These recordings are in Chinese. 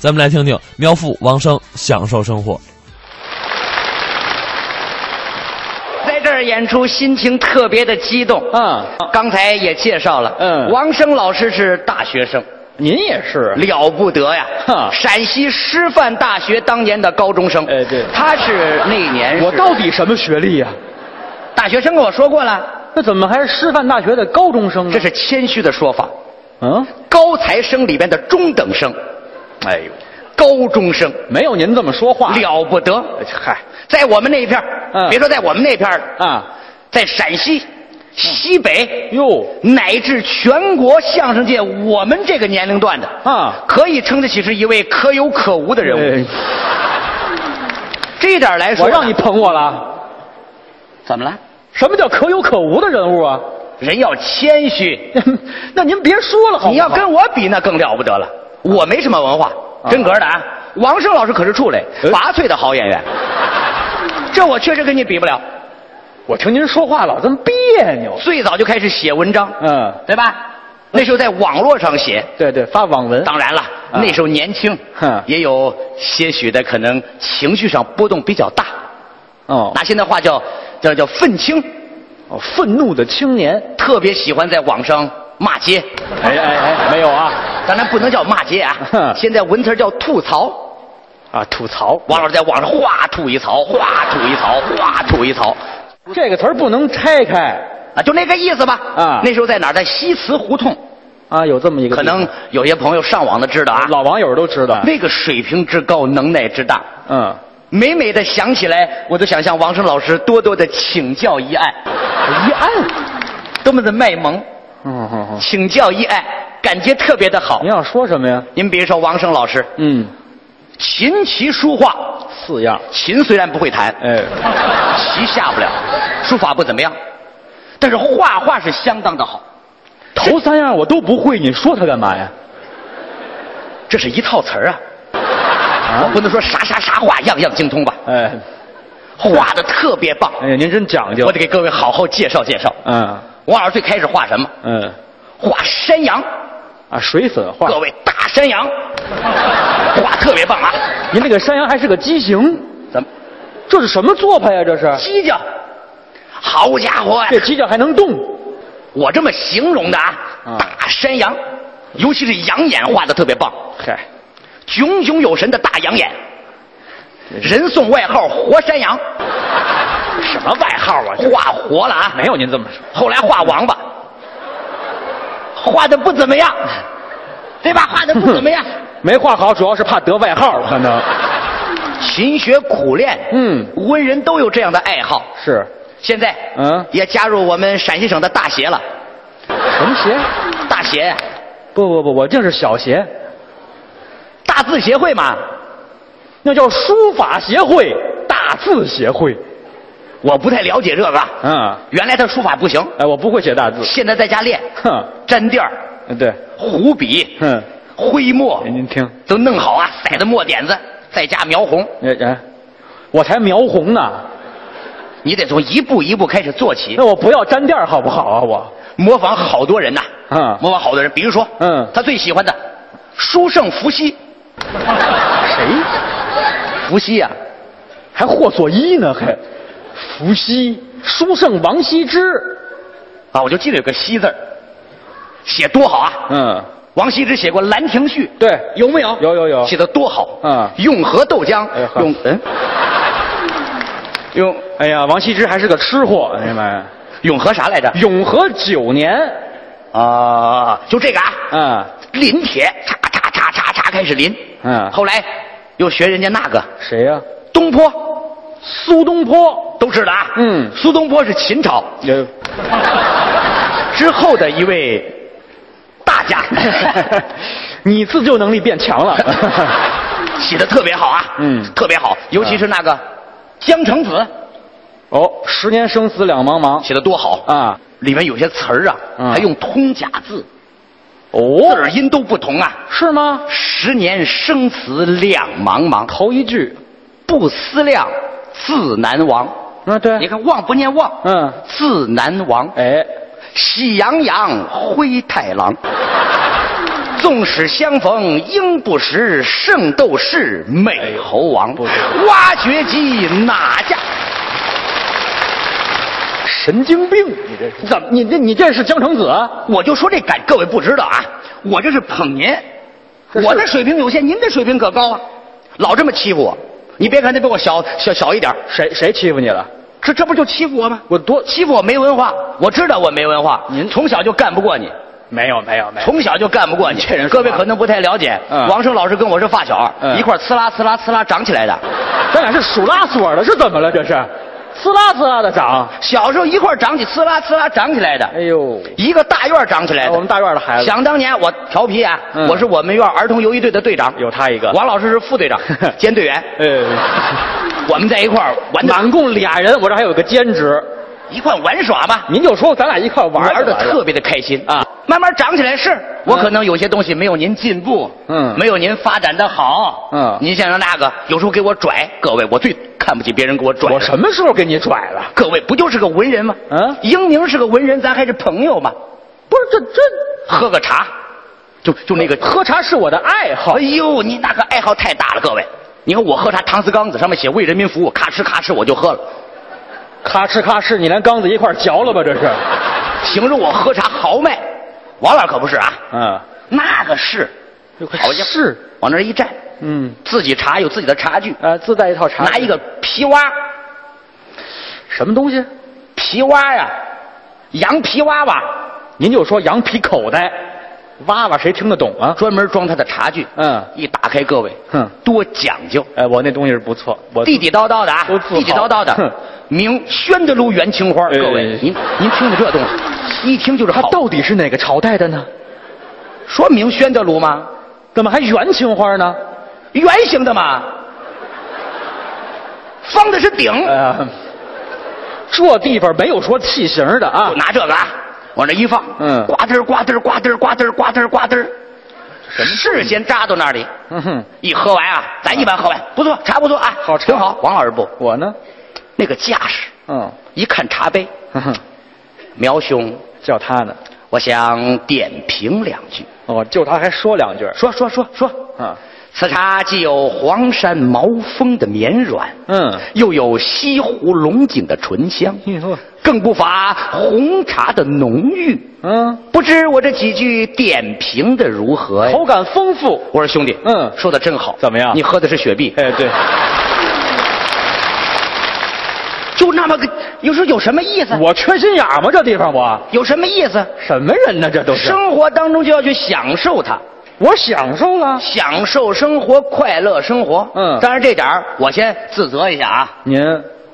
咱们来听听苗阜、王声享受生活。在这儿演出，心情特别的激动。 啊，刚才也介绍了，嗯王声老师是大学生，您也是啊了不得呀哈！陕西师范大学当年的高中生，哎对他是那年是 我到底什么学历呀、大学生跟我说过了， 那怎么还是师范大学的高中生呢？这是谦虚的说法。嗯，高材生里边的中等生，哎呦，高中生没有您这么说话。了不得。哎嗨，在我们那片儿嗯别说在我们那片儿了，啊，在陕西、西北，哟，乃至全国相声界，我们这个年龄段的啊可以称得起是一位可有可无的人物。哎这一点来说我呢，让你捧我了。怎么了？什么叫可有可无的人物啊？ 人要谦虚，那您别说了好不好，你要跟我比，那更了不得了。我没什么文化，啊真格的啊。王胜老师可是处类，哎拔萃的好演 员，这我确实跟你比不了。我听您说话老这么别扭。最早就开始写文章，嗯，对吧？那时候在网络上写，对对，发网文。当然了，那时候年轻哎啊哼，也有些许的可能情绪上波动比较大，哦，拿现在话叫叫叫愤青，哦愤怒的青年。特别喜欢在网上骂街，哎哎哎，没有啊 当然不能叫骂街啊 哼，现在文词儿叫吐槽。啊，吐槽。王老师在网上哗吐一槽，哗吐一槽，哗吐一槽，这个词儿不能拆开啊，就那个意思吧。啊那时候在哪儿？在西祠胡同，啊，有这么一个可地方。能有些朋友上网的知道啊，老网友都知道。那个水平之高，能耐之大。嗯，每每的想起来，我都想向王声老师多多的请教一爱，一按。多么的卖萌，嗯嗯嗯，请教一爱，感觉特别的好您。要说什么呀？您比如说王声老师，嗯，琴棋书画，四样。琴虽然不会弹，哎，棋下不了，书法不怎么样，但是画画是相当的好。头三样我都不会，你说他干嘛呀？这是一套词儿啊，啊我不能说啥啥啥画样样精通吧，哎，画的特别棒，哎呀，您真讲究我。得给各位好好介绍介绍。嗯王老师最开始画什么？嗯，画山羊，啊，水粉画。各位大山羊，画特别棒啊！您这个山羊还是个畸形，怎么这是什么做派呀？这是，犄角？好家伙呀、这犄角还能动？我这么形容的啊啊，大山羊，尤其是羊眼画的特别棒，嗨，炯炯有神的大羊眼，人送外号“活山羊”。什么外号啊？画活了啊！没有您这么说。后来画王八，画的不怎么样，对吧？画的不怎么样，没画好，主要是怕得外号，可能勤学苦练，嗯文人都有这样的爱好。是现在，嗯也加入我们陕西省的大协了。什么鞋？大协，不不不，我净是小鞋，大字协会嘛，那叫书法协会、大字协会。我不太了解这个。嗯，原来他书法不行，哎，我不会写大字。现在在家练，哼，沾垫儿、对，湖笔、哼，徽墨哎您听，都弄好啊，塞的墨点子，在家描红。哎哎，我才描红呢，你得从一步一步开始做起那。我不要沾垫儿好不好啊？我模仿好多人呐、嗯模仿好多人，比如说，嗯他最喜欢的书圣伏羲，谁伏羲啊呀、还霍所依呢？还伏羲、书圣王羲之，啊，我就记得有个“羲”字儿写多好啊！嗯，王羲之写过《兰亭序》，对有没有？有有有写的多好！哦嗯用河豆浆哎，呵用嗯，用哎呀，王羲之还是个吃货，哎呀妈呀！永和啥来着？永和九年，啊，就这个啊，嗯临帖，嚓嚓嚓嚓嚓开始临，嗯后来又学人家那个谁呀、东坡，苏东坡，都知道啊。嗯苏东坡是秦朝， 有之后的一位大 家，你自救能力变强了。写的特别好啊，嗯特别好，尤其是那个江城子 哦，十年生死两茫茫写的多好，啊！里面有些词儿啊，嗯还用通假字，字哦，儿音都不同啊。是吗？十年生死两茫茫，头一句，不思量，自难忘。啊对你，看忘不念忘，嗯自难忘。哎， 喜羊羊灰太狼，纵使相逢应不识，圣斗士美猴哎王。挖掘机哪吒？神经病！你这是怎么？你这你这是江城子？啊我就说这感，各位不知道啊，我这是捧您，这是我的水平有限，您的水平可高啊，老这么欺负我。你别看他比我小小小一点儿，谁谁欺负你了？这这不就欺负我吗？我多欺负我没文化，我知道我没文化，您从小就干不过你。没有没有没有，从小就干不过你。这人说各话位可能不太了解，嗯王胜老师跟我是发小，嗯一块儿呲啦呲啦呲啦长起 来的。咱俩是数拉锁的，是怎么了？这是，呲啦呲啦的长。小时候一块儿长起，呲啦呲啦长起来的，哎呦，一个大院儿长起来的。我们大院的孩子想当年我调皮啊，嗯我是我们院儿童游击队的队长，有他一个王老师是副队 长兼队员。呃，我们在一块儿玩的，满共俩人，我这还有个兼职。一块儿玩耍吧，您就说咱俩一块玩玩的的特别的开心啊。慢慢长起来是，我可能有些东西没有您进步，嗯没有您发展的好，嗯您像那个有时候给我拽，各位我最看不起别人给我拽的，我什么时候给你拽了？各位不就是个文人吗？嗯英宁是个文人，咱还是朋友嘛，不是这这喝个茶，就就那个。喝茶是我的爱啊好哎。呦，你那个爱好太大了，各位。你看我喝茶，搪瓷缸子上面写为人民服务，咔哧咔哧我就喝了，咔哧咔哧，你连缸子一块儿嚼了吧？这是，形容我喝茶豪迈。王老可不是啊，嗯，那个是，好家伙，是，往那儿一站，嗯，自己茶有自己的茶具，呃，自带一套茶，拿一个皮蛙，什么东西？皮蛙呀、羊皮娃娃，您就说羊皮口袋，娃娃谁听得懂啊？专门装他的茶具。嗯一打开，各位，哼多讲究。哎，我那东西是不错，我地地道道的啊都，自豪地地道道哼的，名宣德炉元青花。哎各位，您您听听这东西，一听就是它好。到底是哪个朝代的呢？说明宣德炉吗？怎么还元青花呢？圆形的嘛，方的是顶。呃，这地方没有说器型的啊就，拿这个啊，往这一放，嗯呱嘚儿呱嘚儿呱嘚儿呱嘚儿呱嘚儿呱嘚儿，事先扎到那里。嗯哼，一喝完啊，咱一般喝完，不错，茶不错啊，好茶挺好。王老师不，我呢，那个架势，嗯，一看茶杯，哼哼，苗兄，叫他呢，我想点评两句。哦，就他还说两句，说说说说，啊，此茶既有黄山毛峰的绵软，嗯，又有西湖龙井的醇香，更不乏红茶的浓郁。嗯，不知我这几句点评的如何呀？口感丰富，我说兄弟，嗯说的真好，怎么样你喝的是雪碧，哎，对，就那么个，有时候有什么意思？我缺心眼儿吗？这地方我有什么意思？什么人呢？这都啊是，生活当中就要去享受它，我享受了。享受生活，快乐生活。嗯当然这点儿我先自责一下啊，您，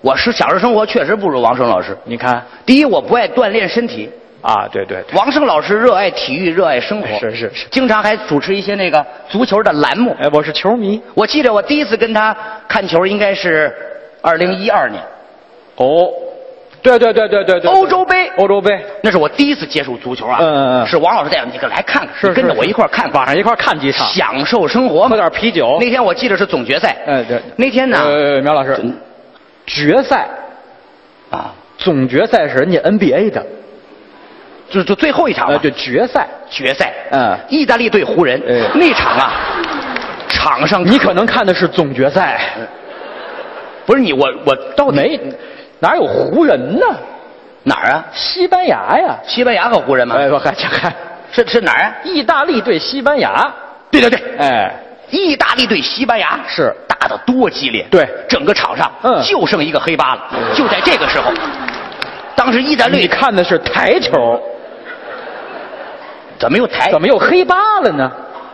我是享受生活确实不如王生老师。你看第一，我不爱锻炼身体。啊，对对对，王胜老师热爱体育，热爱生活，是是是，经常还主持一些那个足球的栏目。哎，我是球迷我记得我第一次跟他看球应该是二零一二年哦，对对对对对对，欧洲杯，欧洲杯，那是我第一次接触足球啊。嗯嗯嗯是王老师带我，你可来看看，是你跟着是我一块儿看，晚上一块儿看几场，享受生活喝嘛。点啤酒。那天我记得是总决赛，哦哎对，那天呢呃，苗老师，决赛啊，总决赛是人家 NBA 的，就就最后一场呃，吧对，决赛，决赛，嗯意大利对湖人哎那场啊，场上你可能看的是总决赛，不是你我我到底嗯没哪有湖人呢？哪儿啊？西班牙呀，西班牙和湖人吗？哎，我看看看，是是哪儿啊？意大利对西班牙，对对对，哎，意大利对西班牙是打得多激烈，对整个场上嗯就剩一个黑八了。就在这个时候，当时意大哎你利看的是台球，怎么又抬怎么哎又黑八了呢？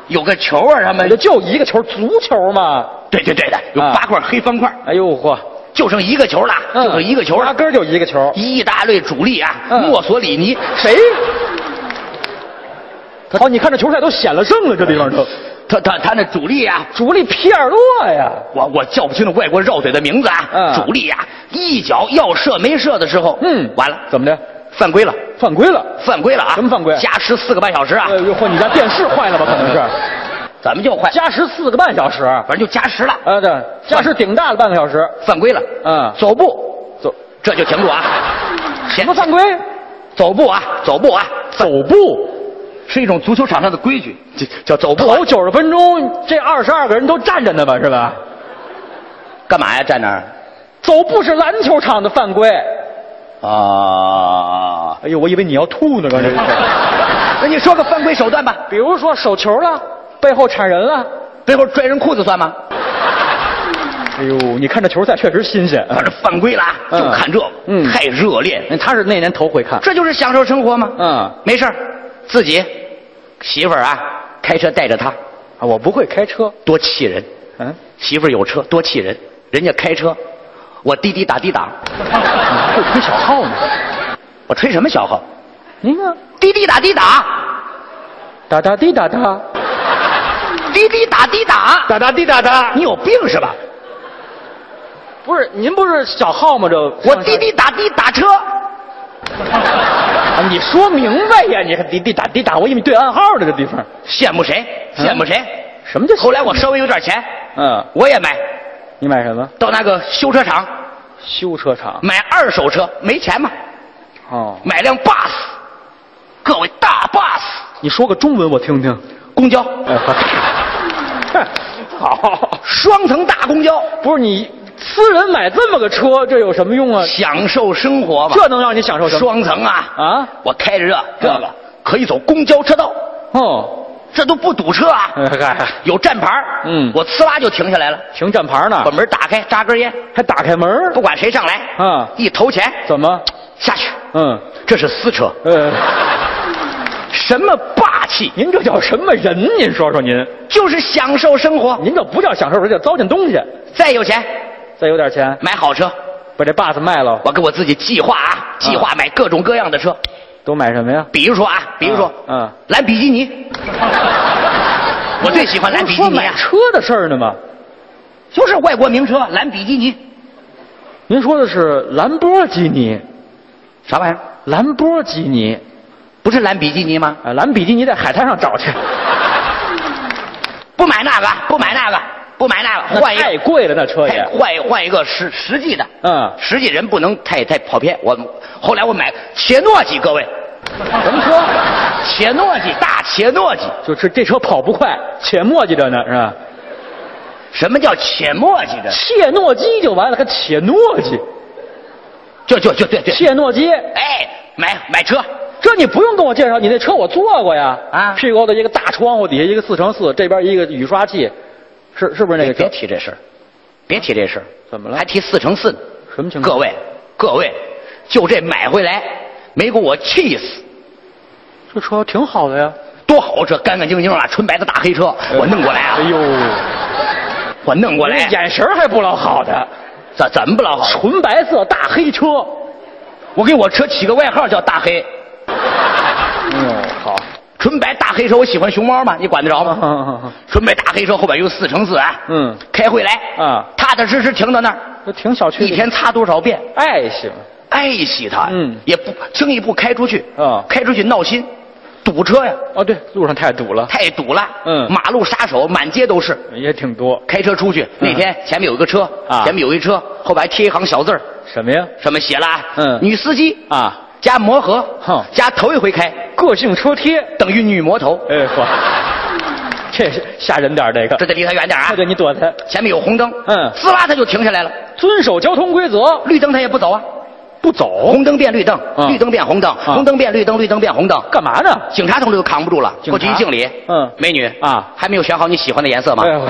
有个球啊？他们就就一个球，足球嘛。对对对的，有啊嗯八块黑方块，哎呦嚯，就剩一个球了，就剩一个球压了。根儿就一个球。意大利主力啊，嗯墨索里尼谁？哦，你看这球赛都显了胜了，这地方嗯都。他他他那主力啊，主力皮尔洛呀，我我叫不清那外国绕嘴的名字啊，嗯主力啊，一脚要射没射的时候，嗯完了，怎么的？犯规了，犯规了？犯规了啊！呃什么犯规加时四个半小时啊！呃，又或你家电视坏了吧？可能是，怎么就坏？加时四个半小时。反正就加时了，啊，对，加时顶大了半个小时。犯规了。嗯走步，走，这就停住啊！什什么犯规？走步啊，走步啊，走步。是一种足球场上的规矩，这叫走啊不走九十分钟，这二十二个人都站着呢吧，是吧？干嘛呀？站那儿？走步是篮球场的犯规。啊，哎呦，我以为你要吐呢，刚才。那你说个犯规手段吧，比如说手球了，背后铲人了。背后拽人裤子算吗？哎呦，你看这球赛确实新鲜。反正犯规了啊，就嗯看这个，嗯太热烈，嗯 他是那年头回看。这就是享受生活吗？嗯，没事儿自己媳妇儿啊，开车带着他，啊我不会开车。多气人。嗯，媳妇儿有车，多气人。人家开车，我滴滴打滴打，会吹小号呢。我吹什么小号？您看，滴滴打滴打，哒哒滴哒哒，滴滴打滴打，哒哒滴哒哒。你有病是吧？不是您不是小号吗？这我滴滴打滴打车，啊，你说明白呀！你还滴滴答滴答，我以为你对暗号呢，这地方。羡慕谁？嗯羡慕谁？什么叫后来我稍微有点钱，嗯，我也买，你买什么？到那个修车厂修车厂。买二手车，没钱嘛，哦，买辆 bus，各位大 bus 你说个中文我听听。公交，哎，好，好，双层大公交， 不是你私人买这么个车，这有什么 用啊？享受生活嘛。这能让你享受什么？双层啊啊我开着这这个可以走公交车道，哦，这都不堵车啊。哎嗨，有站牌儿嗯啊我呲啦就停下来了，停站牌呢把，门打开，扎根烟，还打开门儿不管谁上来，啊一投钱怎么？下去，嗯，这是私车，呃，什么霸气，您这叫什么人？您说说您，就是享受生活。您这不叫享受，这叫糟践东西。再有钱再有点钱，买好车，把这 bus 卖了，我给我自己计划啊，计划买各种各样的车，都买什么呀？比如说啊，比如说，嗯嗯兰比基尼，我最喜欢兰不比是基说尼买啊，车的事儿呢吗？就是外国名车兰比基尼，您说的是兰博基尼，啥玩意儿？兰博基尼，不是兰比基尼吗？啊，兰比基尼在海滩上找去，不买那个，不买那个，不买那个，那换一个太贵了，那车也太。换换一个实实际的，嗯，实际人不能太太跑偏。我后来我买切诺基，各位，什么车？切诺基大切诺基，就是这车跑不快，且墨迹着呢，是吧？什么叫切诺基的？切诺基就完了，还且诺基，就就就对 对，切诺基，哎，买买车，这你不用跟我介绍，你那车我坐过呀。啊屁股后头一个大窗户底下一个四乘四，这边一个雨刷器，是是不是那个别车？提这事儿，别提这事儿，啊怎么了还提四乘四呢？什么情况各位，各位，就这买回来没给我气死。这车挺好的呀。多好，这干干净净啊，纯白的大黑车，我弄过来哎啊，呦，哎我弄过我来这，眼神儿还不老好的，怎怎么不老好？纯白色大黑车。我给我车起个外号叫大黑，嗯， 好。纯白大黑车，我喜欢熊猫嘛，你管得着啊吗？纯白大黑车后边有四乘四啊，嗯，开回来啊踏踏实实停到那儿，这挺小区一里天擦多少遍，爱行。爱惜它，嗯也不轻易不开出去，啊开出去闹心，堵车呀，哦，对，路上太堵了，太堵了，嗯马路杀手满街都是。也挺多。开车出去那天，前面有一个车，嗯啊前面有一车，后边还贴一行小字儿，什么呀？上面写了啊，嗯女司机啊，加磨合，哼加头一回开，个性车贴。等于女魔头。哎，嚯，这是吓人点儿这个。这得离他远点啊快！点，你躲开。前面有红灯，嗯滋啦他就停下来了，遵守交通规则，绿灯他也不走啊，不走，红灯变绿灯，嗯绿灯变红灯，红灯变绿灯，绿灯变红灯。干嘛呢？警察同志都扛不住了，警察过去一敬礼，嗯美女啊还没有选好你喜欢的颜色吗？哎呦，